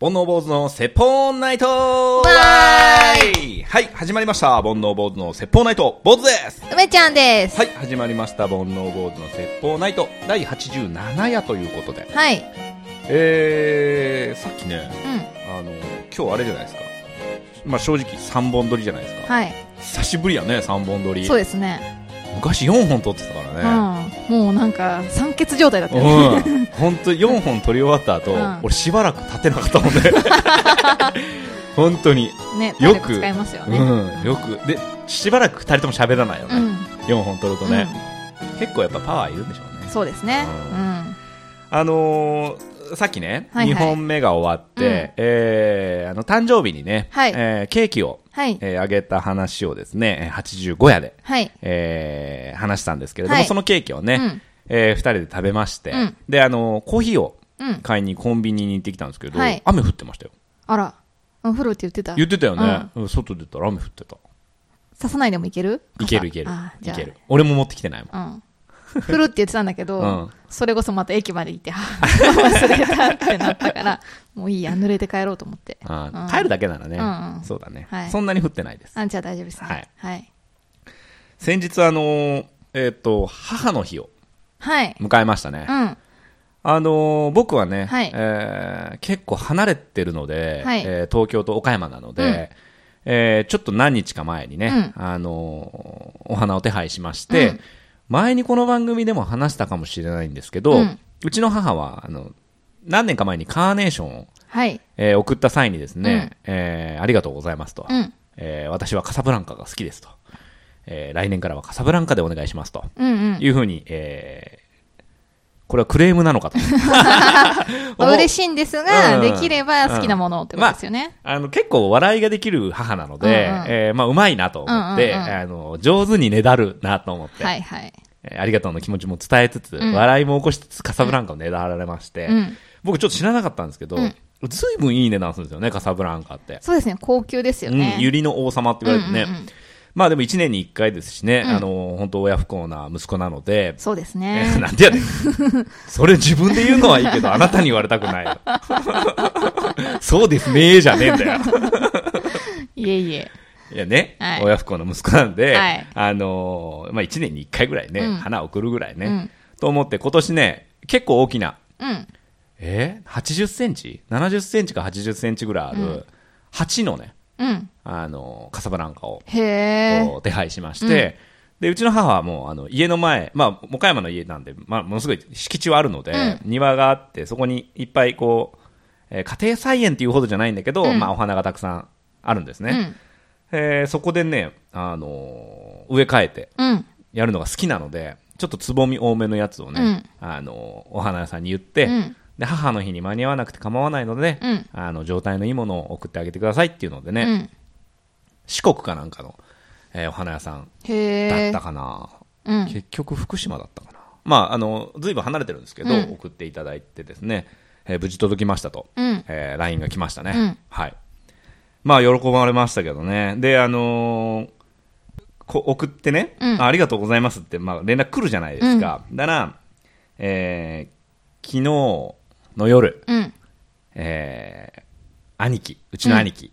煩悩坊主の説法ナイトわいはい、始まりました。煩悩坊主の説法ナイト、坊主です梅ちゃんです。はい、始まりました。煩悩坊主の説法ナイト、第87夜ということで。はい。えー、さっきね、うん。あの、今日あれじゃないですか。まあ正直3本撮りじゃないですか。はい。久しぶりやね、3本撮りそう。ですね。昔4本撮ってたからね。うん。もうなんか、酸欠状態だったよね。うん、本当4本撮り終わった後、うん俺しばらく立てなかったもんね 本当に、ね、よく体力使いますよね。うん、よくでしばらく2人とも喋らないようん。うね、ん。四4本撮るとね、結構やっぱパワーいるんでしょうねそうですね。ううん。あのーさっきね、はいはい2本目が終わって、うんえーあの誕生日にね、はいえーケーキを、はい。えーあげた話をですねえー85夜で、はい。えー話したんですけれども、はいそのケーキをね、うんえ2人で食べまして、うんであのーコーヒーをうん。買いにコンビニに行ってきたんですけど、はい雨降ってましたよあら。お風呂って言ってた言ってたよね、うん外出たら雨降ってた刺さないでもいけるいけるいけるあじいゃあける俺も持ってきてないもんうん。降るって言ってたんだけど、うんそれこそまた駅まで行って、あ忘れたってなっ たから、もういいや、濡れて帰ろうと思って。あーうん帰るだけならね、うんうんそうだね、はいそんなに降ってないですあんちゃん大丈夫ですね。はいはい。先日あのーえっ、と母の日をはい。迎えましたね、うん。あのー僕はね、はいえー結構離れてるので、はいえー東京と岡山なので、うんえーちょっと何日か前にね、あのーお花を手配しまして、うん前にこの番組でも話したかもしれないんですけど、ううんちの母はあの何年か前にカーネーションを、はい。えー送った際にですね、えーありがとうございますと、うん。えー私はカサブランカが好きですと、えー来年からはカサブランカでお願いしますと、うんうん。いうふうに、えーこれはクレームなのかと。ま あ、嬉しい。しいんですが、うんできれば好きなものってことですよね。あの、結構笑いができる母なので、うんうんえーまあ、うまいなと思って、うんうんうんあの、上手にねだるなと思って、はいはい。えーありがとうの気持ちも伝えつつ、笑いも起こしつつ、カサブランカをねだられまして、うん僕ちょっと知らなかったんですけど、ずいぶんいい値段するんですよね、カサブランカって。そうですね、高級ですよね。うん、ゆりの王様って言われてね。まあでも1年に1回ですしね、あの、本当親不孝な息子なので、そうですえ ね。なんでやねん。それ自分で言うのはいいけど、あなたに言われたくない よ。そうですねじゃねえんだよ。いえいえ。いやね、はい親不孝の息子なんで、はいあのーまあ1年に1回ぐらいね、うん花を送るぐらいね、うんと思って今年ね、結構大きな、うん。えー、80センチ ?70 センチか80センチぐらいある、鉢のね、うん。あのー、カサブランカをへえ。こう手配しまして、で、うちの母はもう、あの、家の前、まあ、岡山の家なんで、まあ、ものすごい敷地はあるので、庭があって、そこにいっぱいこう、えー家庭菜園っていうほどじゃないんだけど、まあ、お花がたくさんあるんですうね。ん。えーそこでね、あのー植え替えてうん。やるのが好きなので、ちょっとつぼみ多めのやつをね、あのーお花屋さんに言って、うんで、母の日に間に合わなくて構わないので、うんあの、状態のいいものを送ってあげてくださいっていうのでね、うん。四国かなんかの、えーお花屋さんへだっえた。かな、うん。結局福島だったかなまああのずいぶん離れてるんですけど、うん送っていただいてですね、えー無事届きましたと、うん。えー LINE が来ましたね、うんはいまあ喜ばれましたけどねであのーこ送ってね、うんあありがとうございますって、まあ、連絡来るじゃないですか、だから、えー昨日の夜、うん。えー兄貴、うちの兄貴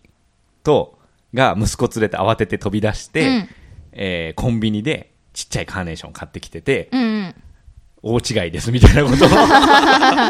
と、が息子連れて慌てて飛び出して、うんえーコンビニでちっちゃいカーネーション買ってきてて、うんうん。大違いですみたいなことを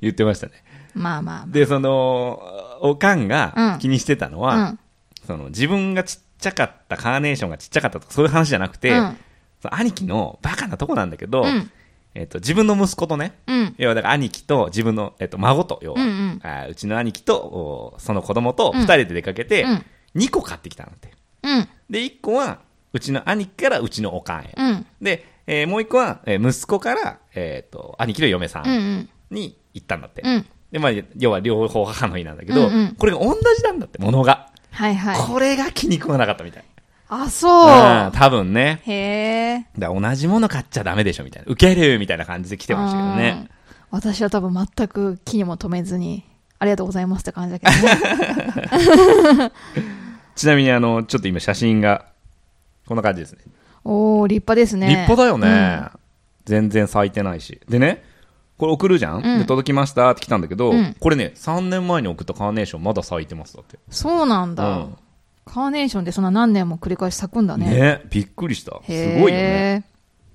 言ってましたね。まあまあまで、その、おかんうがん気にしてたのは、うんその自分がちっちゃかった、カーネーションがちっちゃかったとかそういう話じゃなくて、うんその兄貴のバカなとこなんだけど、うんえっと自分の息子とね、あ。うん。要はだから兄貴と自分の、えっと、孫と、要は、うんうんあーうちの兄貴とおその子供と二人で出かけてうん、二個買ってきたんだって。うん。で、一個は、うちの兄貴からうちのおかんへ。うん。で、えーもう一個は、えー息子から、えっ、と、兄貴の嫁さうんうんん。に行ったんだって。うん。で、まあ、要は両方母の日なんだけど、うんうんこれが同じなんだって、ものが。はいはい。これが気に食わなかったみたい。あ、そううん。多分ね。へえ。だから同じもの買っちゃダメでしょ、みたいな。受け入れるみたいな感じで来てましたけどね。うん。私は多分全く気にも留めずに、ありがとうございますって感じだけど ね。ちなみに、あの、ちょっと今写真が、こんな感じですね。おー、立派ですね。立派だよね、うん全然咲いてないし。でね、これ送るじゃん、うんで届きましたって来たんだけど、うんこれね3年前に送ったカーネーションまだ咲いてますだってそうなんだ、うんカーネーションってそんな何年も繰り返し咲くんだねねびっくりしたすへーごいよね、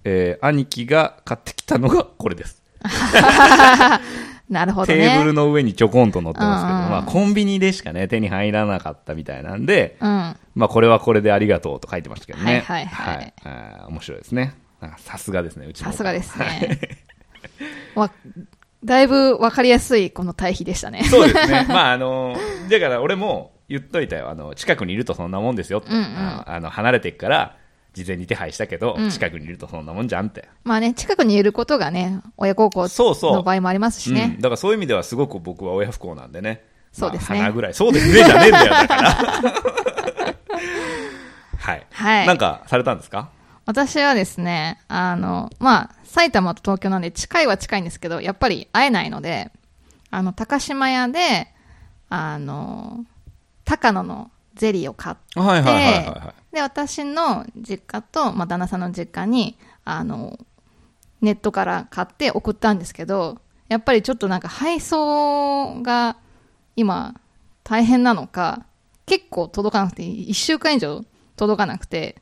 えー兄貴が買ってきたのがこれです、なるほどねテーブルの上にちょこんと乗ってますけど、うんうんまあ、コンビニでしかね手に入らなかったみたいなんで、うんあまあ、これはこれでありがとうと書いてましたけどね。はいはいはいあー面白いですね。なんかさすがですね、うちのさすがですね わだいぶ分かりやすいこの対比でしたね そうですね。まあ、あの、だから俺も言っといたよ。あの、近くにいるとそんなもんですよって。うんうんああの、離れていくから、事前に手配したけど、うん近くにいるとそんなもんじゃんって。まあね近くにいることがね親孝行そうそうの場合もありますしねうん。だからそういう意味ではすごく僕は親不孝なんでね。そうですねまあ花ぐらい。そうですね、じゃねえんだよ、だから。 はい。はいなんか、されたんですか私はですね、あの、まあ、埼玉と東京なんで近いは近いんですけど、やっぱり会えないので、あの、高島屋で、あの、高野のゼリーを買って、はいはいはいはいはで、私の実家と、まあ、旦那さんの実家に、あの、ネットから買って送ったんですけど、やっぱりちょっとなんか配送が今大変なのか、結構届かなくて、1週間以上届かなくて、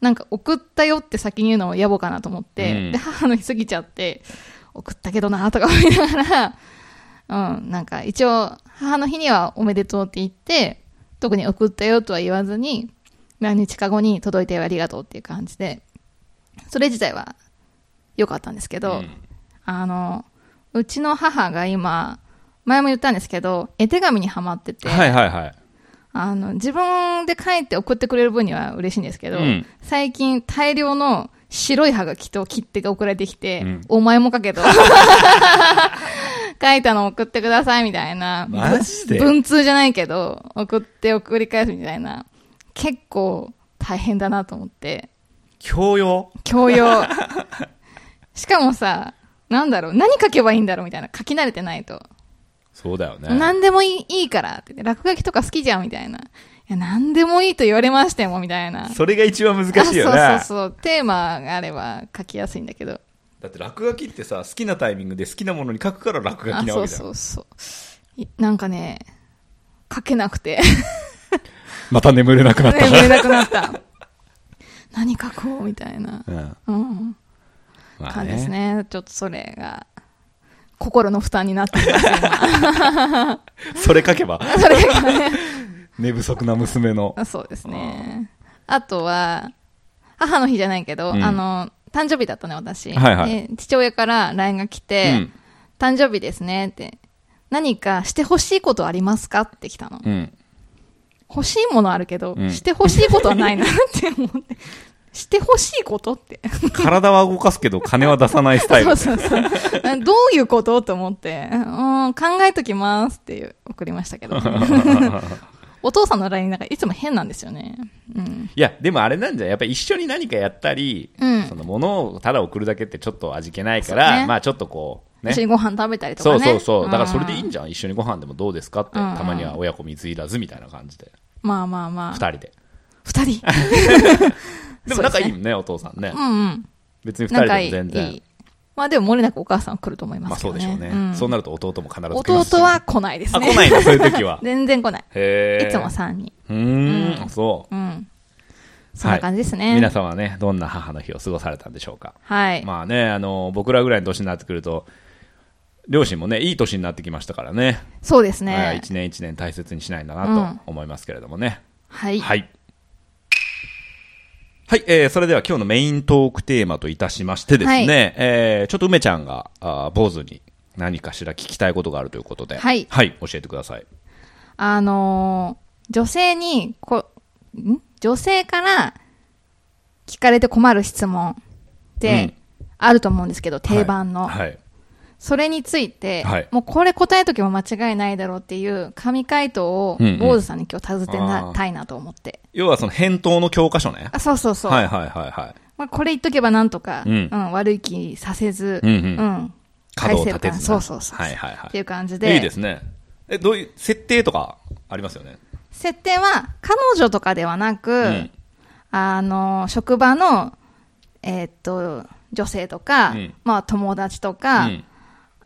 なんか送ったよって先に言うのを野暮かなと思って、うんで、母の日過ぎちゃって、送ったけどなとか思いながら、 うん、なんか一応母の日にはおめでとうって言って、特に送ったよとは言わずに、何日か後に届いてありがとうっていう感じで、それ自体は良かったんですけど、うんあの、うちの母が今、前も言ったんですけど、絵手紙にはまってて、い。はいはいはい。あの、自分で書いて送ってくれる分には嬉しいんですけど、うん最近大量の白いはがきと切手が送られてきて、うんお前も書 けと。書いたの送ってくださいみたいな。マジで文通じゃないけど、送って送り返すみたいな。結構大変だなと思って。教養 教養。しかもさ、なんだろう、何書けばいいんだろうみたいな。書き慣れてないと。そうだよね。何でもいいいいからって言って落書きとか好きじゃんみたいな。いや、何でもいいと言われましてもみたいな。それが一番難しいよね。あそうそうそう。テーマがあれば書きやすいんだけど。だって落書きってさ好きなタイミングで好きなものに書くから落書あきなそわうけじゃんそうそう。いなんかね、書けなく て、また眠れなくな眠れなくなった。何書こうみたいな、うんうん、まあ感じですねね。ちょっとそれが、心の負担になってます。それ書けばそれが ね。寝不足な娘のあそうですね。あとは、母の日じゃないけど、うんあの、誕生日だったね、私。はいはいで父親から LINE が来て、うん誕生日ですねって、何かしてほしいことありますかって来たの。うん欲しいものあるけど、うんしてほしいことはないなって 思って。してほしいことって。体は動かすけど金は出さないスタイルそうそうそう。などういうことと思って、うん、考えときますっていう送りました けど。お父さんの LINE なんかいつも変なんですよね。うん。いやでもあれなんじゃやっぱり一緒に何かやったり、うんその物をただ送るだけってちょっと味気ないから、そうねまあちょっとこうね一緒にご飯食べたりとかそうね。そうそうだからそれでいいうんんじゃん一緒にご飯でもどうですかってうんうんたまには親子水入らずみたいな感じでまあまあまあ。二人で二人。でも仲いいそうもんねお父さんねうんうん。別に二人仲いでも全然い。まあでも漏れなくお母さんは来ると思いままあすそけうどでね。しょうね、んそうなると弟も必ず来ます弟は来ないですあ ね。来ないんだそういう時は全然来ない。へえいつも3人。うーんあそううん。そんな感じですね。皆様はねどんな母の日を過ごされたんでしょうかはい。まあねあの僕らぐらいの年になってくると両親もねいい年になってきましたからねそうですはねい。一年一年大切にしないんだなと思いますけれどもね、はい。はいはい、えーそれでは今日のメイントークテーマといたしましてですね、はいえーちょっと梅ちゃんがあー坊主に何かしら聞きたいことがあるということで、はい教えてください。あのー女性に、こ、ん女性から聞かれて困る質問ってあると思うんですけど、定番の。はいはいそれについて、はいもうこれ答えときも間違いないだろうっていう神回答をうんうん坊主さんに今日尋ねあーたいなと思って。要はその返答の教科書ね。あそうそうそう。はいはいはいはい。まあ、これ言っとけばなんとか、ううんん悪い気させず、うんうんうん角を立てずな返せるかなそうそうそう。はいはいはいっていう感じで。いいですね。え、どういう、設定とかありますよね。設定は、彼女とかではなく、んあの、職場の、えーっと、女性とか、うんまあ友達とか、うん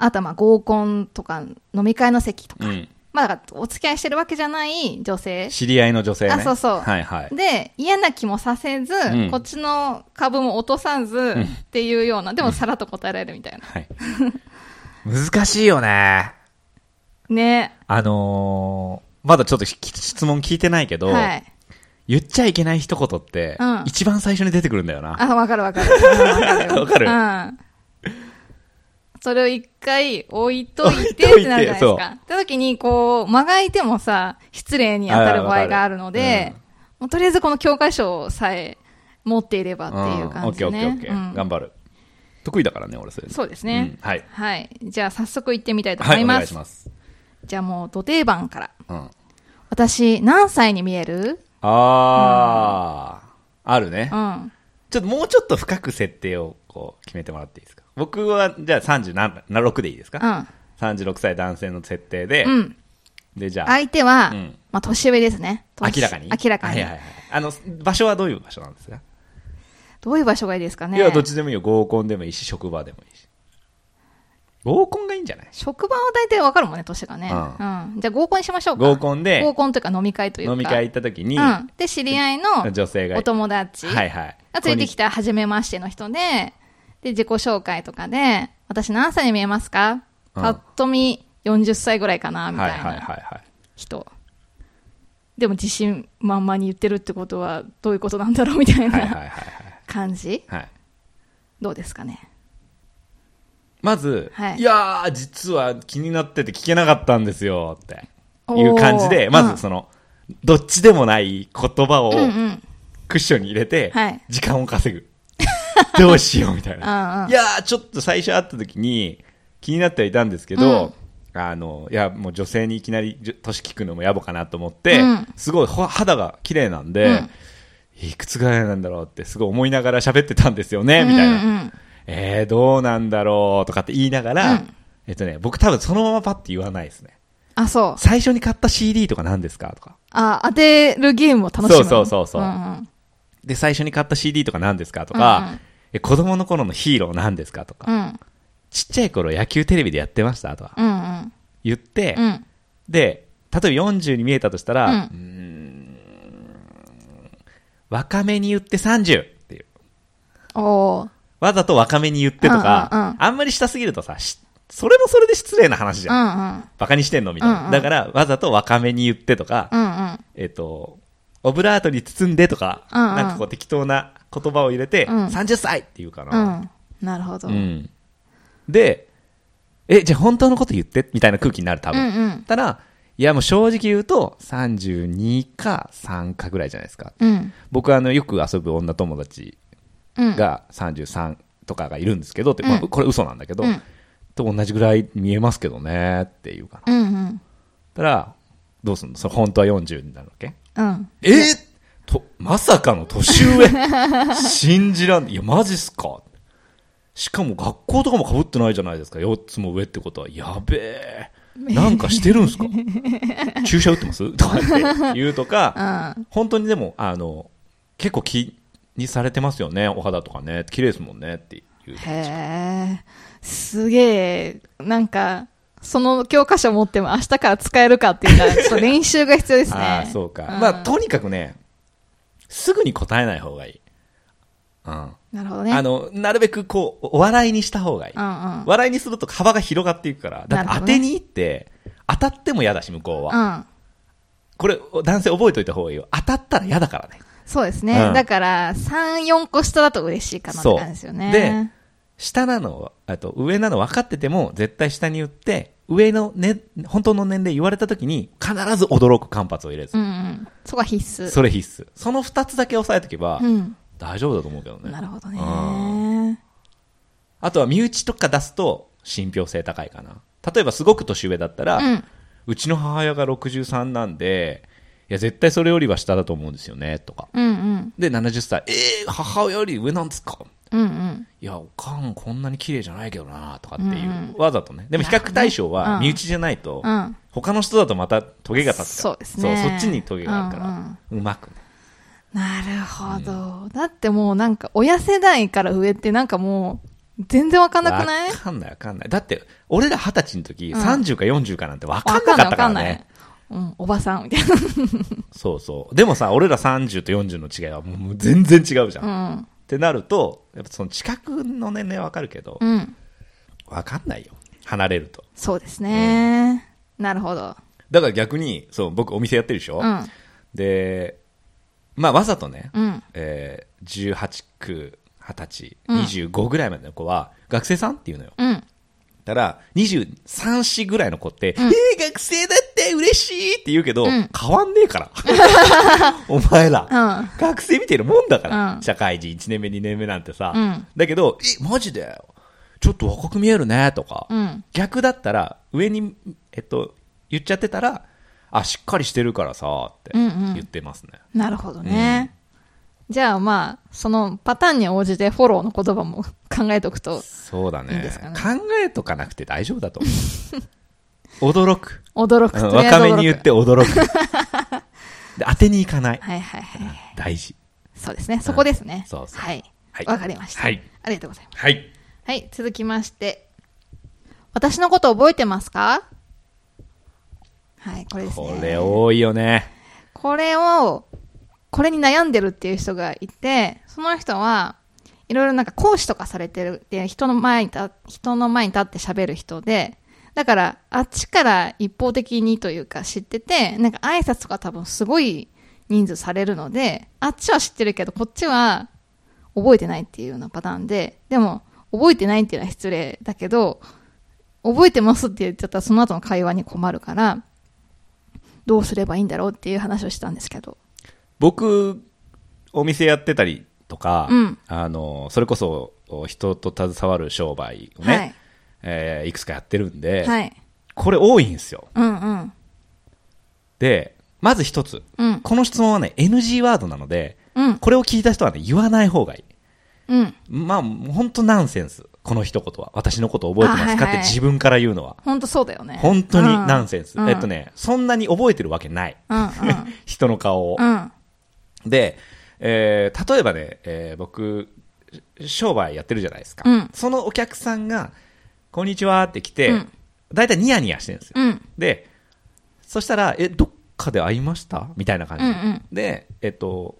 あとはまあ合コンとか飲み会の席とか、うんまあだからお付き合いしてるわけじゃない女性知り合いの女性ね。あそうそうはいはい。で嫌な気もさせず、うんこっちの株も落とさずんっていうようなでもさらっと答えられるみたいな、はい、 難しいよね。ねあのーまだちょっとき質問聞いてないけど、はい言っちゃいけない一言って、うん一番最初に出てくるんだよな。あわかるわかるわか るわかるうんそれを一回置いといてってなるじゃないです置いといてか。って時に、こう、間がいてもさ、失礼に当たる場合があるのあわかでる、もうとりあえずこの教科書さえ持っていればっていう感じうんオッケーオッケーオねッケ。うー。ん頑張る。得意だからね、俺それ。そうですうねんはい。はい。じゃあ早速行ってみたいと思はい、いおま願いす。します。じゃあもう、土定番から。うん、私、何歳に見えるあー、あるねう。ん。ちょっともうちょっと深く設定をこう決めてもらっていいですか。僕は、じゃあ36でいいですか、うん。 ?36 歳男性の設定で、うん。で、じゃあ、相手はうん、まあ、年上ですね。年明らかに明らかはいにはい。はい。あの、場所はどういう場所なんですか、どういう場所がいいですかね。いや、どっちでもいいよ。合コンでもいいし、職場でもいいし。合コンがいいんじゃない職場は大体わかるもんね、年がね。ううんん。じゃあ合コンしましょうか。合コンで合コンというか飲み会というか。飲み会行った時に、うん。で、知り合いの女性がお友達はいはい。がついてきこた初めましての人で、で、自己紹介とかで、私何歳に見えますかうんぱっと見40歳ぐらいかな、こにみはいたいはいなはいはい。人。でも自信満々に言ってるってことはどういうことなんだろうみたいはいはいはなはいい。感じはい、どうですかね。まず、はいい、やー、実は気になってて聞けなかったんですよっていう感じで、おーまうんずその、どっちでもない言葉をうんうん。クッションに入れてはい、時間を稼ぐ。 どうしようみたいうんな。うんいやー、ちょっと最初会った時に気になってはいたんですけど、あの、いや、もう女性にいきなりじょ年聞くのも野暮かなと思って、うんすごいほ肌が綺麗なんで、うんいくつぐらいなんだろうってすごい思いながら喋ってたんですよね、みたいな。うんうんうんえー、どうなんだろうとかって言いながら、うんえっとね、僕多分そのままパッて言わないですね。あ、そう。最初に買った CD とか何ですかとか。あ、当てるゲームを楽しむ。そうそうそうそうんんで、最初に買った CD とか何ですかとか、うんうんえ子供の頃のヒーロー何ですかとか、うん。ちっちゃい頃野球テレビでやってましたとかうんうん。言って、うん。で、例えば40に見えたとしたら、ううんーん、若めに言って30っていう。おーわざと若めに言ってとか、うんうんうんあんまり下すぎるとさ、しそれもそれで失礼な話じうゃん。んうん。バカにしてんのみたいな。うんうんだから、わざと若めに言ってとか、うんうん。えっ、と、オブラートに包んでとか、うんうんなんかこう適当な言葉を入れて、うん30歳って言うかうな。ん。なるほど。う。うんんで、え、じゃあ本当のこと言ってみたいな空気になる、多う分。ん。たら、いやもう正直言うと、32か3かぐらいじゃないですか。うん。僕あの、よく遊ぶ女友達うん。が33とかがいるんですけどって、まあうんこれ嘘なんだけど、うんと同じぐらい見えますけどねっていうかな。うんうん。たら、どうすんのそれ本当は40になるわけうん。えーと、まさかの年上信じらん、いや、マジっすかしかも学校とかも被ってないじゃないですか。4つも上ってことは、やべえ。なんかしてるんすか注射打ってますとかって言うとか、本当にでも、あの、結構気にされてますよね。お肌とかね。綺麗ですもんね。っていう。へえ。すげえ。なんか、その教科書持っても明日から使えるかっていうか、ちょっと練習が必要です ね。ああ、そうか。んまあ、とにかくね、すぐに答えない方がいい。うん。なるほどね。あの、なるべくこう、お笑いにした方がいい。うんうん。笑いにすると幅が広がっていくから。だっなるてほど当ねてに行って、当たっても嫌だし、向こうは。うん。これ、男性覚えといた方がいいよ。当たったら嫌だからね。そうですね。うんだから、3、4個下だと嬉しいかなってそう感じですよね。で、下なの、あと上なの分かってても、絶対下に言って、上のね、本当の年齢言われた時に、必ず驚く間髪を入れずう。んうん。そこは必須。それ必須。その二つだけ押さえとけばう、ん。大丈夫だと思うけどね。なるほどね。うんあとは身内とか出すと、信憑性高いかな。例えばすごく年上だったら、うん。うちの母親が63なんで、いや、絶対それよりは下だと思うんですよね、とか。うんうん。で、70歳、えー、母親より上なんですかうんうん。いや、おかんこんなに綺麗じゃないけどな、とかっていう、うんわざとね。でも比較対象なるはほどね身うん内じゃないと、うん。他の人だとまたトゲが立つから。そうですねそう、そっちにトゲがあるから、うまくね。なるほど。だってもうなんか、親世代から上ってなんかもう、全然わかんなくないわかんないわかんない。だって、俺ら二十歳の時、30か40かなんてわかんなかったからね。。わかんないうん、おばさんみたいな。そうそう。でもさ、俺ら30と40の違いはもうもう全然違うじゃん。っうん。てなると、やっぱその近くの年齢はわかるけど、うん。わかんないよ。離れると。そうですね。なるほど。だから逆に、そう、僕お店やってるでしょ、うん。で、まあわざとね、うん。えー、18区、20歳、25ぐらいまでの子は、学生さんっていうのよ。うん。たら、23、4ぐらいの子って、えー、学生だって嬉しいって言うけど、ん変わんねえ から。お前ら、うん学生みたいなもんだから、うん社会人1年目、2年目なんてさ。うんだけど、え、マジでちょっと若く見えるね、とか。うん。逆だったら、上に、えっと、言っちゃってたら、あ、しっかりしてるからさ、ってうんうん言ってますね。なるほどね。じゃあまあ、そのパターンに応じてフォローの言葉も考えておくと、そうだねいいんですかね考えとかなくて大丈夫だと 思う。驚く。驚くうんとりあえず若めに言驚っくて驚く。で当てに行かない。はいはいはい。大事。そうですね。そこですね。そうそうはいはい。わかりました。はい。ありがとうございます。はい。はい、続きまして。私のこと覚えてますかはい、これですね。これ多いよね。これを、これに悩んでるっていう人がいて、その人はいろいろなんか講師とかされてるって人の前にた人の前に立って喋る人で、だからあっちから一方的にというか知ってて、なんか挨拶とか多分すごい人数されるので、あっちは知ってるけどこっちは覚えてないっていうようなパターンで、でも覚えてないっていうのは失礼だけど、覚えてますって言っちゃったらその後の会話に困るから、どうすればいいんだろうっていう話をしたんですけど。僕、お店やってたりとか、うんあの、それこそ人と携わる商売をね、はいいえーいくつかやってるんで、はい。これ多いんですよ。うんうん。で、まず一つ、うんこの質問はね、NG ワードなので、うん。これを聞いた人はね、言わない方がいい。うん。まあ、本当ナンセンス。この一言は。私のこと覚えてますか、あはいはっいて自分から言うのは。本当そうだよね。本当にナンセンス、うんえっとね、そんなに覚えてるわけない。うんうん。人の顔をう。ん。で、えー例えばね、えー僕、商売やってるじゃないですか。うんそのお客さんが、こんにちはって来て、うんだいたいニヤニヤしてるんですよ。うん。で、そしたら、え、どっかで会いましたみたいな感じ、うんうんで、えっと、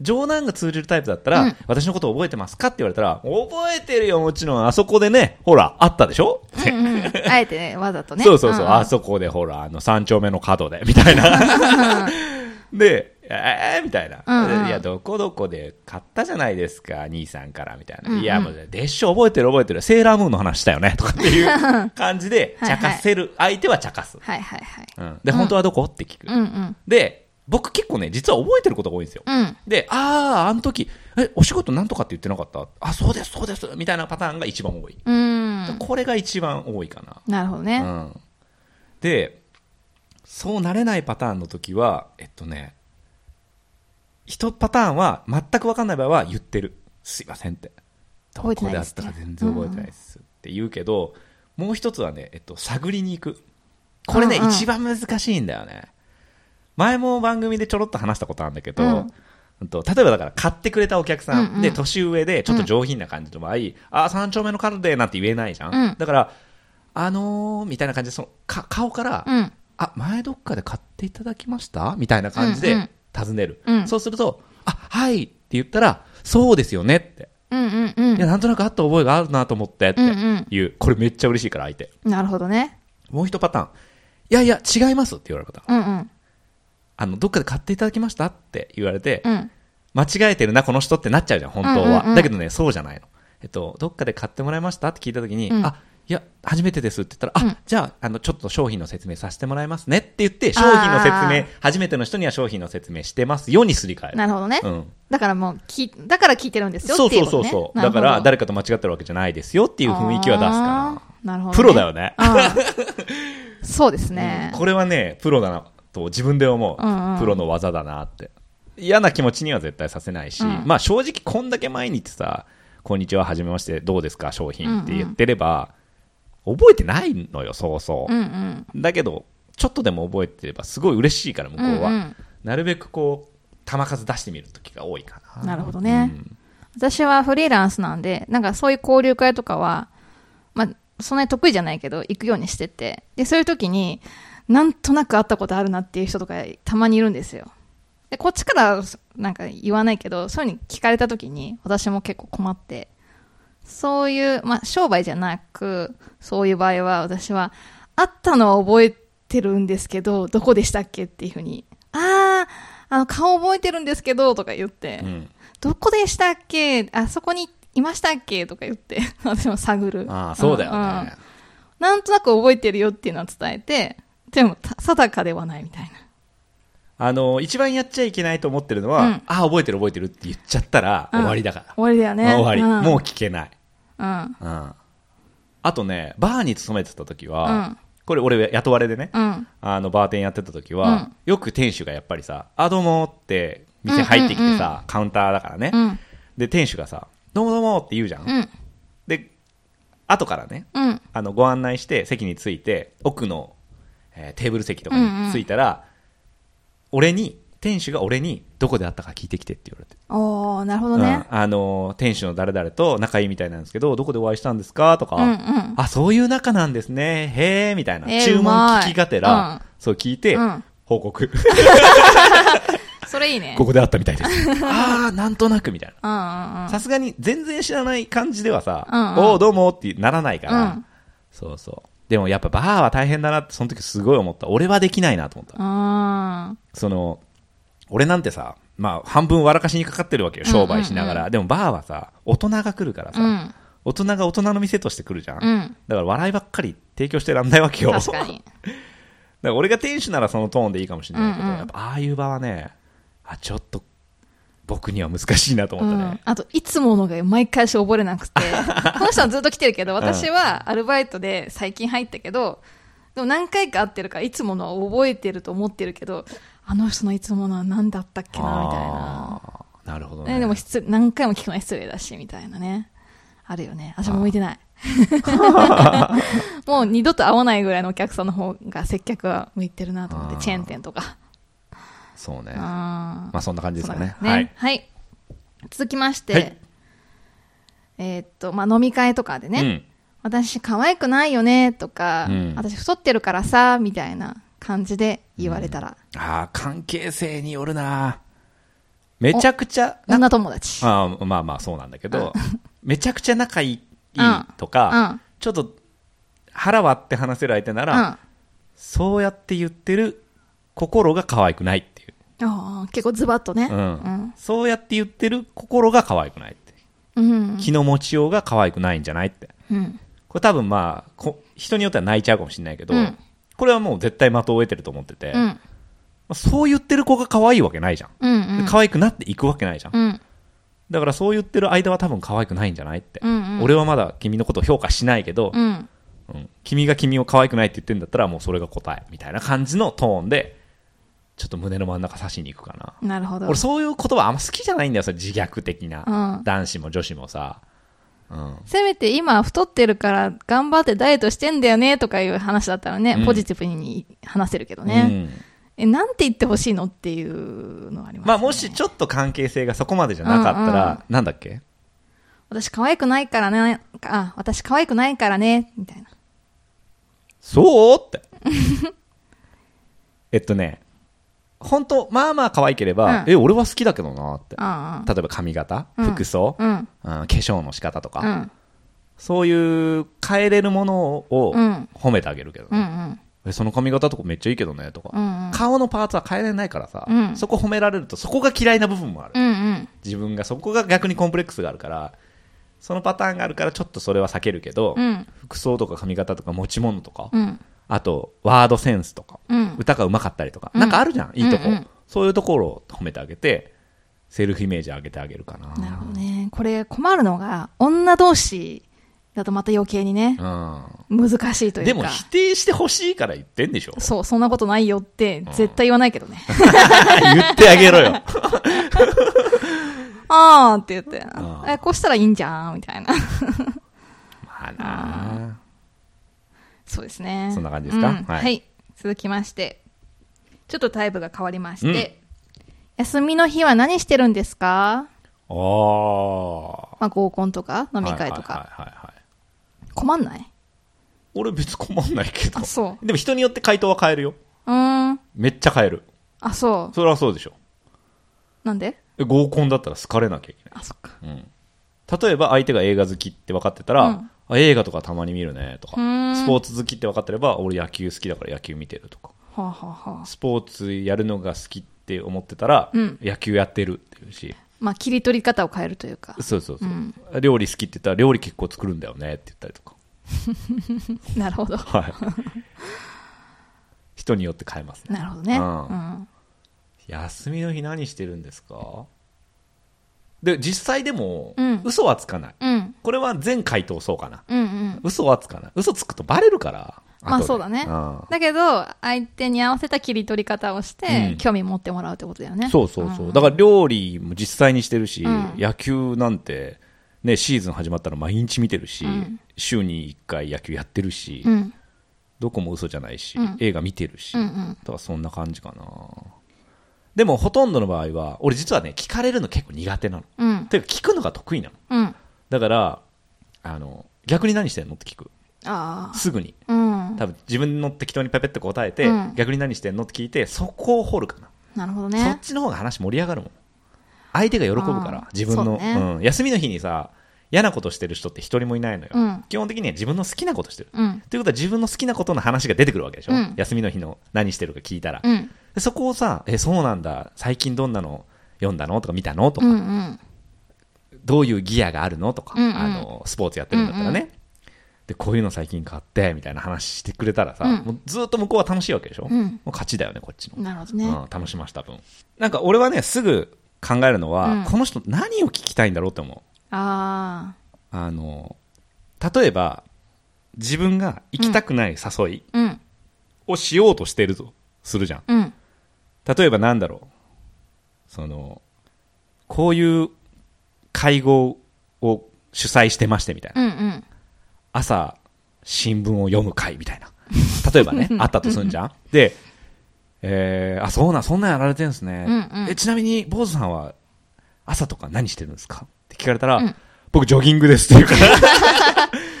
冗談が通じるタイプだったら、うん私のこと覚えてますかって言われたら、覚えてるよ、もちろん。あそこでね、ほら、あったでしょ、ってうんうん。あえてね、わざと ね。そうそうそう、んんあそこでほら、あの、三丁目の角で、みたいな。 で、えー、みたいな、うんうんいや、どこどこで買ったじゃないですか、兄さんから、みたいな。うんうんいや、もう、でしょ、覚えてる覚えてる。セーラームーンの話したよね、とかっていう感じで、はいは茶い化せる。相手は茶化す。はいはいはい。うん、で、本当はどこって聞く。うんうん。で、僕結構ね、実は覚えてることが多いんですよ。うん。で、あー、あの時、え、お仕事なんとかって言ってなかったあ、そうです、そうです、みたいなパターンが一番多い。うん。これが一番多いかな。なるほどうね。ん、でそうなれないパターンの時はえっとね一パターンは全く分かんない場合は言ってるすいませんってど覚えてこないでであすっってたか全然覚えてないですって言うけど、もう一つはね、えっと、探りに行くこれね、うんうん一番難しいんだよね前も番組でちょろっと話したことあるんだけど、うんうんと例えばだから買ってくれたお客さん、うんうんで年上でちょっと上品な感じの場合、ああ三丁目のカルデなんて言えないじゃん、うんだからあのー、みたいな感じでそのか顔から、うん。あ前どっかで買っていただきましたみたいな感じうでんうん尋ねる、うんそうするとあはいって言ったらそうですよねって、うんうんうんいや。なんとなくあった覚えがあるなと思ってってうんいうう、んこれめっちゃ嬉しいから相手なるほどね。もう一パターンいやいや違いますって言われる方うんうん。あのどっかで買っていただきましたって言われて、うん。間違えてるな、この人ってなっちゃうじゃん、本当うんは。うんうんだけどね、そうじゃないの。えっと、どっかで買ってもらいましたって聞いたときに、うんあ、いや、初めてですって言ったら、うあ、んじゃあ、あの、ちょっと商品の説明させてもらいますねって言って、商品のあ説ー明、初めての人には商品の説明してますようにすり替える。なるほどねう。ん。だからもう、き、だから聞いてるんですよそうっていそううそことうね。そう。なるだほどから、誰かと間違ってるわけじゃないですよっていう雰囲気は出すかあーなるほら。どね。プロだよね。うん。そうですね。これはね、プロだなと自分で思う。うんうんプロの技だなって。嫌な気持ちには絶対させないし、うんまあ正直こんだけ毎日さ、こんにちは、はじめまして、どうですか、商品って言ってれば、覚えてないのよ、そうそうう。んうん。だけど、ちょっとでも覚えてればすごい嬉しいから、向こうは。うんうんなるべくこう、球数出してみる時が多いかな。なるほどねうん私はフリーランスなんで、なんかそういう交流会とかは、まあ、そんなに得意じゃないけど、行くようにしてて、で、そういう時に、なんとなく会ったことあるなっていう人とか、たまにいるんですよ。で、こっちから、なんか言わないけど、そういうふうに聞かれた時に、私も結構困って、そういう、まあ、商売じゃなく、そういう場合は、私は、会ったのは覚えてるんですけど、どこでしたっけっていうふうに、あー、あの、顔覚えてるんですけど、とか言って、うん、どこでしたっけあそこにいましたっけとか言って、 私も探る。ああそうだよんね、うんなんとなく覚えてるよっていうのは伝えて、でも、た定かではないみたいあの一番やっちゃいけないと思ってるのは、うんああ覚えてる覚えてるって言っちゃったら、な。うん終わりだから、終わりだよね。あ終わり、んもう聞けない、うん。うん、あとねバーに勤めてた時は、うんこれ俺雇われでね、うん。あのバーテンやってた時は、うんよく店主がやっぱりさ「あどうも」って店入ってきてさ、うんカウンターだからね、うん。で店主がさ「どうもどうも」って言うじゃん、うん。で後からねうん。あのご案内して席に着いて奥の、えーテーブル席とかうんうんに着いたら、俺に店主が俺に「どこで会ったか聞いてきて」って言われておー、なるほどね。うんあの店主の誰々と仲いいみたいなんですけどどこでお会いしたんですかとか、うんうんあそういう仲なんですねへえみたいな、えー注う文まい聞きがてら、うんそう聞いて、うん報 告それいいね。ここで会ったみたいです ああなんとなくみたいうんうんう。なんさすがに全然知らない感じではさ、うんうんおおどうもってならないから、うんそうそうでもやっぱバーは大変だなってその時すごい思った俺はできないなと思ったあその俺なんてさまあ半分笑かしにかかってるわけよ商売しながら、でもバーはさ大人が来るからさ、ーうん。大人が大人の店として来るじゃん、うだん。から笑いばっかり提供してらんないわけよ確かに。だから俺が店主ならそのトーンでいいかもしれないけど、うんうんやっぱああいう場はねあちょっと僕には難しいなとう思ったんね、、あと、いつものが毎回し覚えれな くて、この人はずっと来てるけど、私はアルバイトで最近入ったけど、でも何回か会ってるから、いつものを覚えてると思ってるけど、あの人のいつものは何だったっけな、みたいな。あーなるほどねね、でも失礼何回も聞くのは失礼だし、みたいなね。あるよね。私も向 いてない。もう二度と会わないぐらいのお客さんの方が接客は向いてるなと思っあーて、チェーン店とか。そうねまあーあそんな感じですかねそうだはいはい。続きまして、はいえーっと、まあ、飲み会とかでね、うん私可愛くないよね、とか、うん私太ってるからさ、みたいな感じで言われたら、ああ関係性によるなめちゃくちゃ女友達。あーまあまあそうなんだけどめちゃくちゃ仲いいうんとうか、ん。ちょっと腹割って話せる相手なうん。ら、あそうやって言ってる心が可愛くないっていう。あー、結構ズバッとね。ううんん。そうやって言ってる心が可愛くないって。うん。気の持ちようが可愛くないんじゃないって。うん。これ多分まあ、こ人によっては泣いちゃうかもしれないけど、うんこれはもう絶対的を得てると思ってて、うまん。あそう言ってる子が可愛いわけないじゃん。うん。で可愛くなっていくわけないじゃん。うん。だからそう言ってる間は多分可愛くないんじゃないって。うん。うん。俺はまだ君のことを評価しないけど、うん。うん君が君を可愛くないって言ってんだったらもうそれが答えみたいな感じのトーンでちょっと胸の真ん中刺しに行くかななるほど。俺そういう言葉あんま好きじゃないんだよそれ自虐的な、うん男子も女子もさ、うん、せめて今太ってるから頑張ってダイエットしてんだよねとかいう話だったらね、うんポジティブに話せるけどね、え、なんて言ってほしいのっていうのはありうんます、ね。まあもしちょっと関係性がそこまでじゃなかったら、うんうんなんだっけ私可愛くないからね、あ、私可愛くないからね、みたいな。そうって えっとね本当まあまあ可愛ければ、うんえ俺は好きだけどなってあ例えば髪型、うん服装、あ、うん。うん化粧の仕方とか、うん。そういう変えれるものをうん褒めてあげるけどね、うん。うん。えその髪型とかめっちゃいいけどねとか、うん。顔のパーツは変えられないからさ、うんそこ褒められるとそこが嫌いな部分もある、うん。うん。自分がそこが逆にコンプレックスがあるからそのパターンがあるからちょっとそれは避けるけど、うん。服装とか髪型とか持ち物とか、うん。あとワードセンスとか、うん。歌がうまかったりとか、なんかあるじゃんいいとこ、うんうんそういうところを褒めてあげてセルフイメージ上げてあげるかななるほどね。これ困るのが、女同士だとまた余計にね、難しいとういん、うでか。も否定してほしいから言ってん でしょそう、そんなことないよって絶対言わないけどね。言ってあげろよあーって言ってあ、ーえ、こうしたらいいんじゃんみたいな。まあなあそうですね。そんな感じですかうんはいはい。続きまして、ちょっとタイプが変わりまして、休みの日は何してるんですかああ。まあ、合コンとか飲み会とはか。いはいはいはいはい困んない俺別に困んないけどあ、。そでも人によって回答は変えるよ。う。うーん。めっちゃ変える。あ、そそれはそうでしょ。う。なんでえ合コンだったら好かれなきゃいけあ、そっか。ない。うん。例えば相手が映画好きって分かってたら、うんあ映画とかたまに見るねとかう、ーんスポーツ好きって分かってれば、俺野球好きだから野球見てるとか、はあ、はあはあ、スポーツやるのが好きって思ってたら、うん野球やってるっていうし、まあ、切り取り方を変えるというか。そうそうそう、うん料理好きって言ったら料理結構作るんだよねって言ったりとか、なるほど。はい。 人によって変えますね。なるほどね。ううんん。休みの日何してるんですかで、実際でもうん、嘘はつかない。うん。これは全回答そうかな。うんうん。嘘はつかない。嘘つくとバレるから。まあ後でそうだねん。だけど、相手に合わせた切り取り方をしうてん、興味持ってもらうってことだよね。そうそうそう。だかから料理も実際にしてるし、うん野球なんて、ね、シーズン始まったら毎日見てるし、うん週に1回野球やってるし、うん。どこも嘘じゃないし、うん映画見てるし、うんうんだからそんな感じかな。でもほとんどの場合は、俺実はね、聞かれるの結構苦手なの。うん。ていうか聞くのが得意なの。うん。あだから、あの、逆に何してんのって聞く。あすぐに。ー。うん。多分自分の適当にペペって答えて、うん逆に何してんのって聞いて、そこを掘るかな。なるほどそっね。ちの方が話盛り上がるもん。相手が喜ぶかあらー、自分そのうねうん。休みの日にさ、嫌なことしてる人って一人もいないのよ。うん基本的には自分の好きなことしてる。うん。ということは自分の好きなことの話が出てくるわけでしょ、うん休みの日の何してるか聞いたら、うん。でそこをさ、え、そうなんだ、最近どんなの読んだのとか見たのとうか、んうん。どういうギアがあるのとか、うんうんあの、スポーツやってるんだったらね。で、こういうの最近買って、みたいな話してくれたらさ、うんもうずっと向こうは楽しいわけでしょ、うんもう勝ちだよね、こっちの。なるほどね。うん、楽しました分。なんか俺はね、すぐ考えるのは、うんこの人何を聞きたいんだろうって思う。ああの、例えば、自分が行きたくない誘いあ。うん。をしようとしてるとするじゃん。うん。例えばなんだろう。その、こういう会合を主催してましてみたいな。うんうん。朝、新聞を読む会みたいな。例えばね、あったとすんじゃん。で、えー、あ、そうなん、そんなんやられてるんですね。うんうんえちなみに、坊主さんは朝とか何してるんですかって聞かれたら、うん僕ジョギングですっていうから。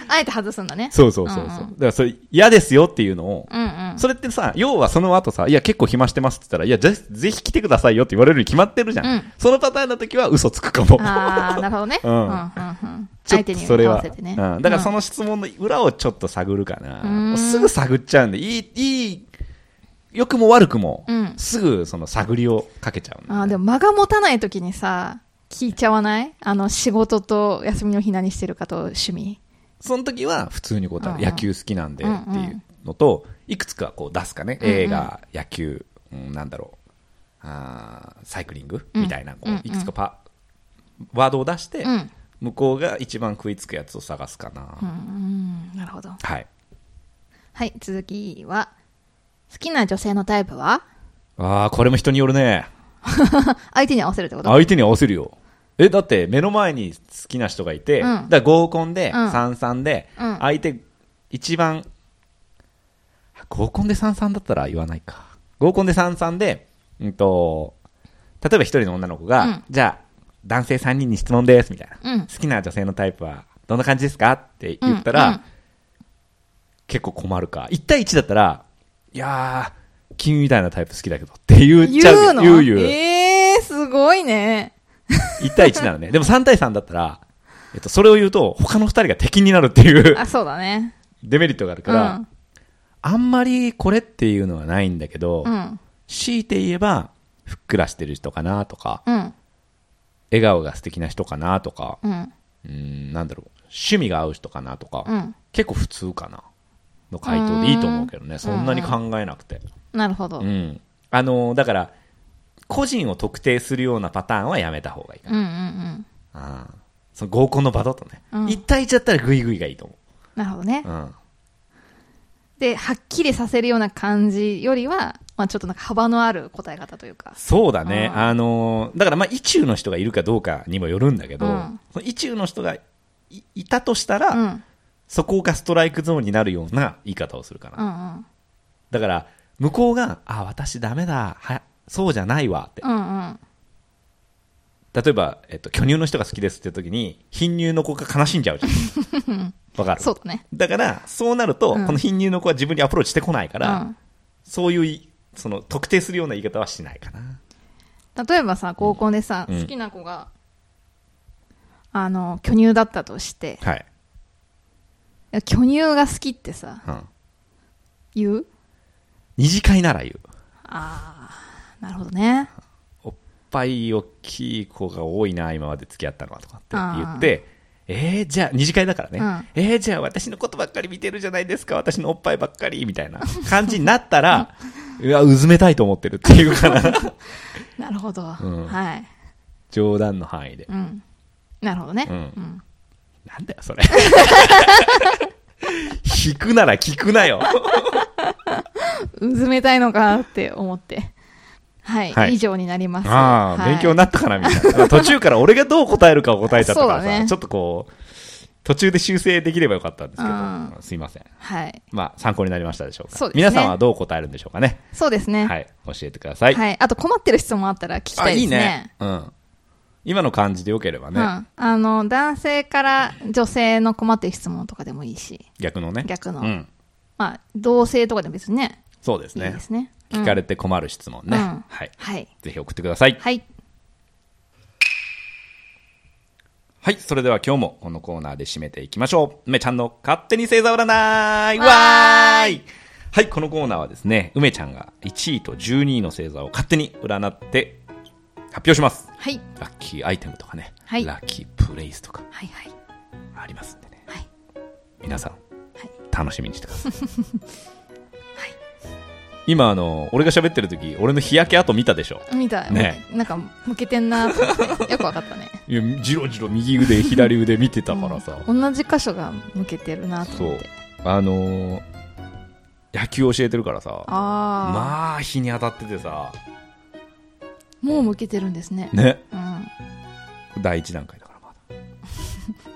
あえて外すんだね。 そうそうそうそう。うんうんだからそれ嫌ですよっていうのを、うんうん。それってさ、要はその後さ、いや結構暇してますって言ったら、いやぜぜひ来てくださいよって言われるに決まってるじゃん。うんそのパターンの時は嘘つくかも。ああ、なるほどね。ううんんうんうん。ちょっ相と手にそれ合はわせてね。うん、だからその、の質問の裏をちょっと探るかな、うんすぐ探っちゃうんでいいいい良くも悪くも、うんすぐその探りをかけちゃうんだよねああ、でも間が持たない時にさ、聞いちゃわないあの、仕事と休みの日何してるかと趣味。その時は普通に答える、うんうん野球好きなんでっていうのと、いくつかこう出すかね、うんうん映画野球、うん、なんだろうあーサイクリング、うんみたいなこううんうんいくつかパワードを出して、うん。向こうが一番食いつくやつを探すかな、うんうん。なるほど。はいはい、続きは、好きな女性のタイプはああこれも人によるね相手に合わせるってこと相手に合わせるよ。え、だって目の前に好きな人がいて、うだかんら合コンで、うん三三で、うん相手、一番、合コンで三三だったら言わないか。合コンで三三で、うんと、例えば一人の女の子が、うんじゃあ、男性三人に質問です、みたいな。うん好。きな女性のタイプは、どんな感じですかって言ったら、うんうん結構困るか。1対1だったら、いやー、君みたいなタイプ好きだけどって言っちゃう。言うの言う言うええ、すごいね。 1対1ならね。でも3対3だったら、えっと、それを言うと、他の2人が敵になるっていうあ、そうだね。デメリットがあるから、うんあんまりこれっていうのはないんだけど、うん。強いて言えば、ふっくらしてる人かなとか、うん。笑顔が素敵な人かなとか、うん。うーん、なんだろう、趣味が合う人かなとか、うん。結構普通かな、の回答でいいと思うけどね、そんなに考えなくて。なるほど。ううんん。あのーだから、個人を特定するようなパターンはやめた方がいいかなうんうん。ああその合コンの場だとね、うん一対一だったらグイグイがいいと思なるほどねう、。うん、で、はっきりさせるような感じよりは、まあちょっとなんか幅のある答え方というか。そうだね、うんあのーだからまあ意中の人がいるかどうかにもよるんだけど、うんその意中の人がいいたとしたら、うん。うんそこがストライクゾーンになるような言い方をするかな、うん。だから向こうが「あ私ダメだはそうじゃないわ」ってうんうん。例えば、えっと、巨乳の人が好きですって時に貧乳の子が悲しんじゃうじゃ んわかるそうだね。だからそうなると、うんこの貧乳の子は自分にアプローチしてこないから、うそういういその特定するような言い方はしないかな、ん、例えばさ、高校でさ、うん好きな子が、あの、巨乳だったとして、はいいや巨乳が好きってさ、うん、言う二次会なら言うああ、なるほどね。おっぱい大きい子が多いな今まで付き合ったのはとかって言ってえー、じゃあ二次会だからね、うえー、じゃあ私のことばっかり見てるじゃないですか私のおっぱいばっかりみたいな感じになった ら、うわうずめたいと思ってるっていうかな なるほど。うんはい。冗談の範囲でうん。なるほどね。ううんん。なんだよ、それ。 引くなら聞くなよ。うずめたいのかなって思って。 はい。はい以上になります。ああ、はい勉強になったかな、みたいな。 途中から俺がどう答えるかを答えちゃったからそうださ、ねちょっとこう、途中で修正できればよかったんですけうんど、すいません。はい。まあ、参考になりましたでしょうか。そうですね皆さんはどう答えるんでしょうかね。そうですね。はい、教えてください。はい。あと困ってる質問あったら聞きたあ、いでいすいねね。。うん。今の感じでよければうね、ん。あの、男性から女性の困ってる質問とかでもいいし、逆のね。逆のうん。まあ、同性とかでも別にね、そうですいいでね。すね。聞かれて困る質問うんねうん。はい。はい。ぜひ送ってください。はい。はい、それでは今日もこのコーナーで締めていきましょう。梅ちゃんの勝手に星座占いわわーーいはい、このコーナーはですね、梅ちゃんが1位と12位の星座を勝手に占って発表します。はい。ラッキーアイテムとかね、はいラッキープレイスとかはいはい。ありますんでね、はい。皆さん、い楽しみにしてくだ さい。今あの、俺が喋ってる時、俺の日焼け跡見たでしょ見た、ねなんか、向けて んなと思って、よくわかったね。いや、じろじろ右腕、左腕見てたからさ。うん同じ箇所が向けてるなとそ思っうて。あのー野球教えてるからさああ、まあ日に当たっててさもう向けてるんですね。ねうん。第一段階だからまだ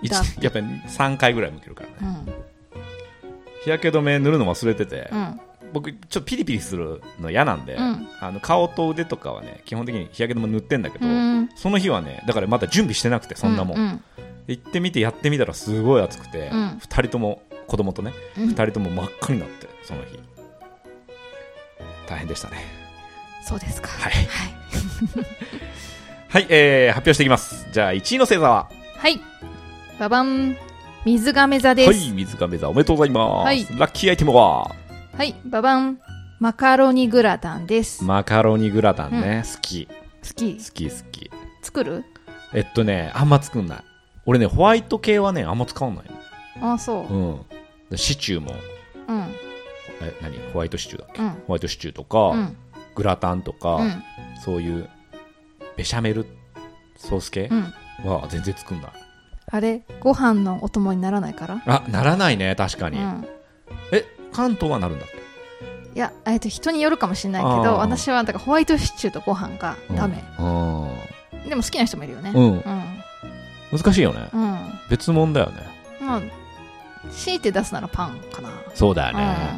一やっぱり3回ぐらい向けるからねうん。日焼け止め塗るの忘れてて、うん。僕ちょっとピリピリするの嫌なんで、うんあの顔と腕とかはね基本的に日焼け止め塗ってんだけど、うん。その日はねだからまだ準備してなくてそんなもん、う行ってみてやってみたらすごい暑くて、う二ん2人とも子供とねうん2人とも真っ赤になってその日大変でしたねそうですか。はいはい。 はい、えー、発表していきます。じゃあ、1位の星座は、はい。ババン。水亀座ではい、す。水亀座おめでとうございます。はいラッキーアイテムは、はい。ババン。マカロニグラタンです。好マカロニグラタンね、好き、き好き、好き。作るえっとね、あんま作んない。俺ね、ホワイト系はね、あんま使わないああ、その。うん。シチューも、う。うん。え、何ホワイトシチューだっけ、うんホワイトシチューとか、うん。グラタンとか、うん。そういう、ベシャメルソース系うん。は全然作んない。あれご飯のお供にならないからあ、ならないね、確かうに。ん。え、関東はなるんだっけいや、えっと、人によるかもしれないけあーど、私は、だからホワイトシチューとご飯がダメ。。うん。うんでも好きな人もいるよね。うんうん。難しいよね。うん。別物だよねまあ、強いて出すならパンかな。そうだ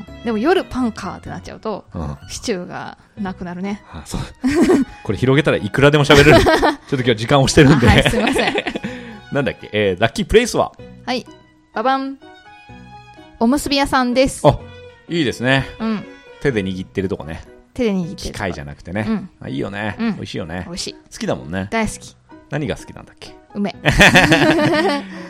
うん。でも夜パンかってなっちゃうと、うん、シチューがなくなるね。あそう これ広げたらいくらでも喋れ るちょっと今日時間押してるんで、はい、すいません。なんだっけ、えーラッキープレイスははい。ババン。おむすび屋さんです。あいいですねうん。手で握ってるとこね手で握ってる。機械じゃなくてね、うんあいいよね、うん美味しいよね美味しい。好きだもんね大好き。何が好きなんだっけ梅。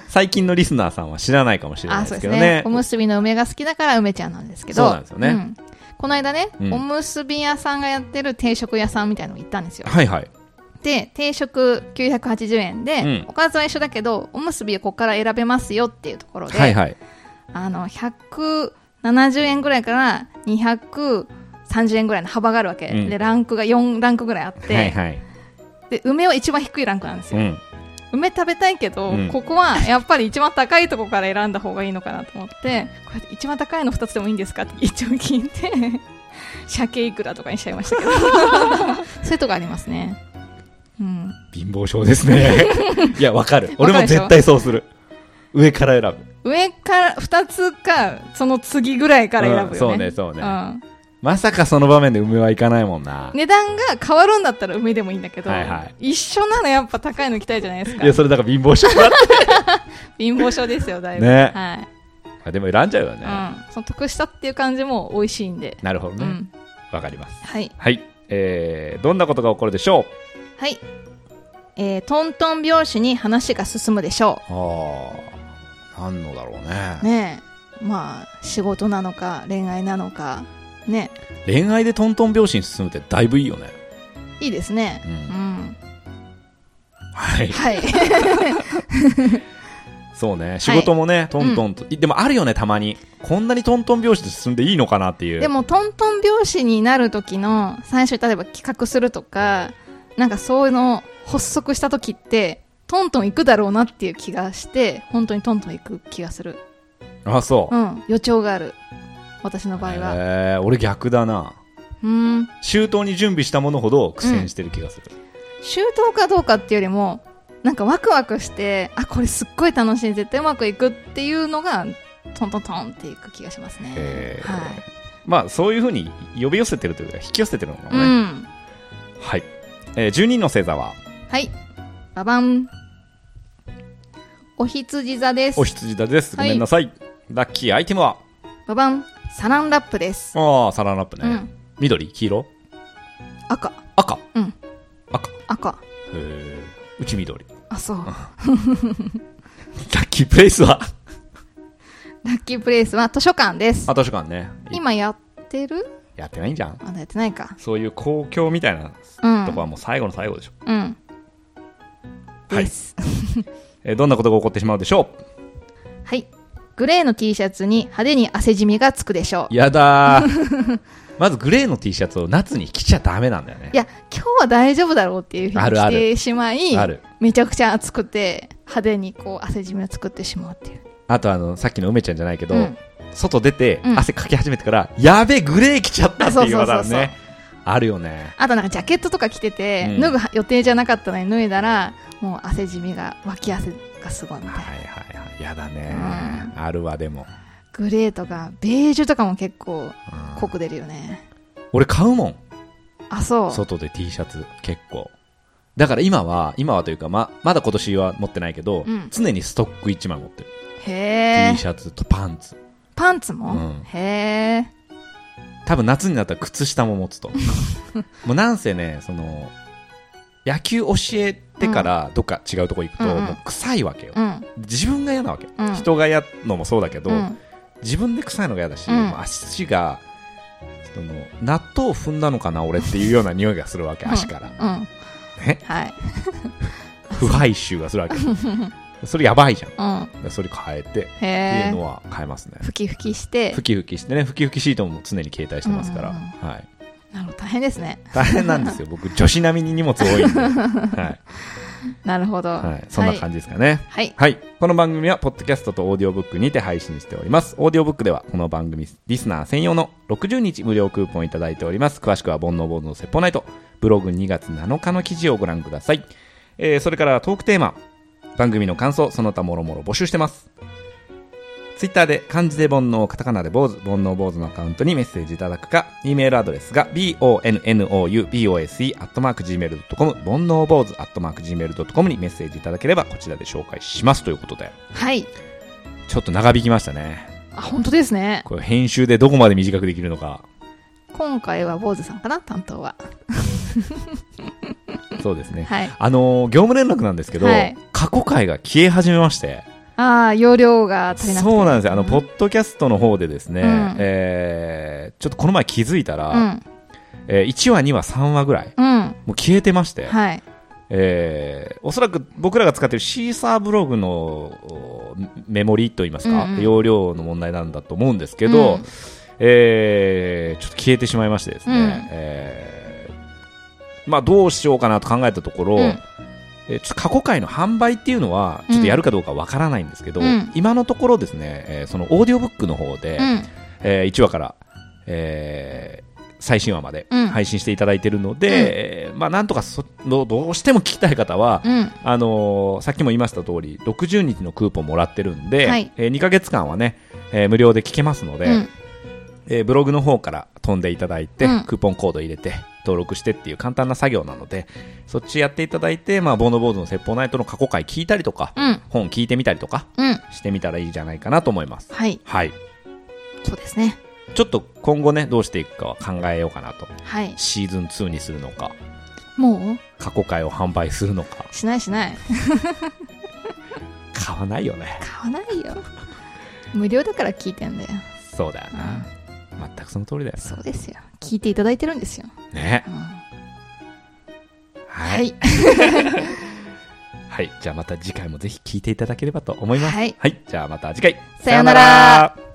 最近のリスナーさんは知らないかもしれないあ、でそうすでけすどねね。おむすびの梅が好きだから梅ちゃんなんですけど。そうなんですよねんこの間ね、うんおむすび屋さんがやってる定食屋さんみたいなの行ったんですよ。はいはいで、定食980円で、うんおかずは一緒だけど、おむすびをここから選べますよっていうところで、はいはいあの、170円ぐらいから230円ぐらいの幅があるわけ。うんで、ランクが4ランクぐらいあって、はいはいで、梅は一番低いランクなんですうよ。ん梅食べたいけど、うんここはやっぱり一番高いところから選んだ方がいいのかなと思って、こうやって一番高いの2つでもいいんですかって一応聞いて、 鮭いくらとかにしちゃい ましたけど。そういうとこありますね。うん。貧乏症です ねいやわかるわ俺かるもでしょ絶対そうする上から選ぶ上から2つかその次ぐらいから選ぶよね、うんそうねそうねんまさかその場面で梅はいかないもんな。値段が変わるんだったら梅でもいいんだけど、はいは一緒なのやっぱ高いの着たいじゃないですかいや、それだから貧乏症 だっ貧乏症ですよだいぶ、ねはいて。でも選んじゃうよね。うん、その得したっていう感じも美味しいんで、なるほどうね。ん、わ、かります。はいはい。えー、どんなことが起こるでしょうはい、えー、トントン拍子に話が進むでしょああ、なんのだろうねうねえまあ仕事なのか恋愛なのかね恋愛でトントン拍子に進むってだいぶいいよね。いいですねうんうん、はい。はいそうね。仕事もね、トントンと、いでもあるよね、たまに。こんなにトントン拍子で進んでいいのかなっていう。でもトントン拍子になる時の最初例えば企画するとかなんかそういうの発足した時ってトントン行くだろうなっていう気がして本当にトントン行く気がする、あ、そうう。ん、予兆がある私の場合はえー、俺逆だな。うん周到に準備したものほど苦戦してる気がする。周到かどうかっていうよりもなんかワクワクしてあこれすっごい楽しい絶対うまくいくっていうのがトントントンっていく気がしますね、えーはい、まあ、そういうふうに呼び寄せてるというか、引き寄せてるのかもうね。んはい。えー、10人の星座は、はいババンおひつじ座ですお羊座です。ごはいめんなさい。ラッキーアイテムは、ババンサランラップです、ああ、サランラップね。うん緑、黄色、赤赤。うん赤。へ赤え。うち緑。あそうラッキープレイスは、ラッキープレイスは図書館ですあ、図書館ね。い今やってるやってないんじゃん。まだやってないかそういう公共みたいなうんとこはもう最後の最後でしょ。うんはいですえーどんなことが起こってしまうでしょうはいグレーの T シャツに派手に汗じみがつくでしょうやだ ーまずグレーの T シャツを夏に着ちゃダメなんだよねいや今日は大丈夫だろうっていうふうにあるあしるてしまいあるめちゃくちゃ暑くて派手にこう汗じみを作ってしまうっていうあとあのさっきの梅ちゃんじゃないけど、うん外出てうん汗かき始めてから、やべえグレー着ちゃったっていうパターあそうそうンそうそうねあるよねあとなんかジャケットとか着てて、うん脱ぐ予定じゃなかったのに脱いだらもう汗じみが脇汗がすごいみたいはないはいはいやだね、うあるわでも、グレーとかベージュとかも結構うん濃く出るよね俺買うもんあそう外で T シャツ結構だから今は今はというかままだ今年は持ってないけど、うん常にストック1枚持ってる、へ T えシャツとパンツパンツも、うんへえ多分夏になったら靴下も持 つともうなんせねその野球教えてからどっか違うとこ行くと、うんうんもう臭いわけよ、うん自分が嫌なわけ、うん人が嫌のもそうだけど、うん自分で臭いのが嫌だし、うんもう足がその納豆踏んだのかな俺っていうような匂いがするわけうん足からうんねはい腐敗臭がするわけそれやばいじゃんだかうんらそれ変えてってへいうえのは変えますねふきふきしてふきふきしてねふきふきシートも常に携帯してますから、うんうんはい、なるほど大変ですね大変なんですよ僕女子並みに荷物多いん で、はいなるほどはい、そんな感じですかね、はいはい。この番組は、ポッドキャストとオーディオブックにて配信しております。オーディオブックでは、この番組、リスナー専用の60日無料クーポンいただいております。詳しくは、煩悩ボードのセッポナイト、ブログ2月7日の記事をご覧ください。えー、それからトークテーマ、番組の感想、その他もろもろ募集してます。ツイッターで漢字で煩悩、カタカナで坊主、煩悩坊主のアカウントにメッセージいただくか、e メールアドレスが bonoubose.gmail.com、煩悩坊主 .gmail.com にメッセージいただければこちらで紹介しますということで、はいちょっと長引きましたね。あ本当ですねこれ編集でどこまで短くできるのか。今回は坊主さんかな担当はそうですね。はいあのー業務連絡なんですけど、はい過去回が消え始めまして、ああ容量が足りなくてそうなんですよ。あの、ポッドキャストの方でですね、うんえーちょっとこの前気づいたら、うんえー1話、2話、3話ぐらい、うんもう消えてまして、はいえーおそらく僕らが使っているシーサーブログのおメモリといいますか、うんうん容量の問題なんだと思うんですけど、うんえーちょっと消えてしまいましてですね、うんえーまあ、どうしようかなと考えたところ、うんえーちょっと過去回の販売っていうのはちょっとやるかどうかわからないんですけど、うん今のところですね、えーそのオーディオブックの方で、うんえ1話から、えー最新話までうん配信していただいているので、えーまあ、なんとかそどどうしても聞きたい方は、うんあのーさっきも言いました通り60日のクーポンもらってるんで、はいえ2ヶ月間はね、えー無料で聞けますので、うんえーブログの方から飛んでいただいて、うんクーポンコード入れて登録してっていう簡単な作業なのでそっちやっていただいて、まあ、ボーノボードの説法ナイトの過去回聞いたりとか、うん本聞いてみたりとかうんしてみたらいいんじゃないかなと思います。はいはい、そうですねちょっと今後ねどうしていくかは考えようかなとはいシーズン2にするのかもう過去回を販売するのかしないしない買わないよね買わないよ無料だから聞いてんだよそうだよな全くその通りだよそうですよ聞いていただいてるんですよ、ねうんは、はいいはい、じゃあまた次回もぜひ聞いていただければと思いますはいじゃあまた次回さようなら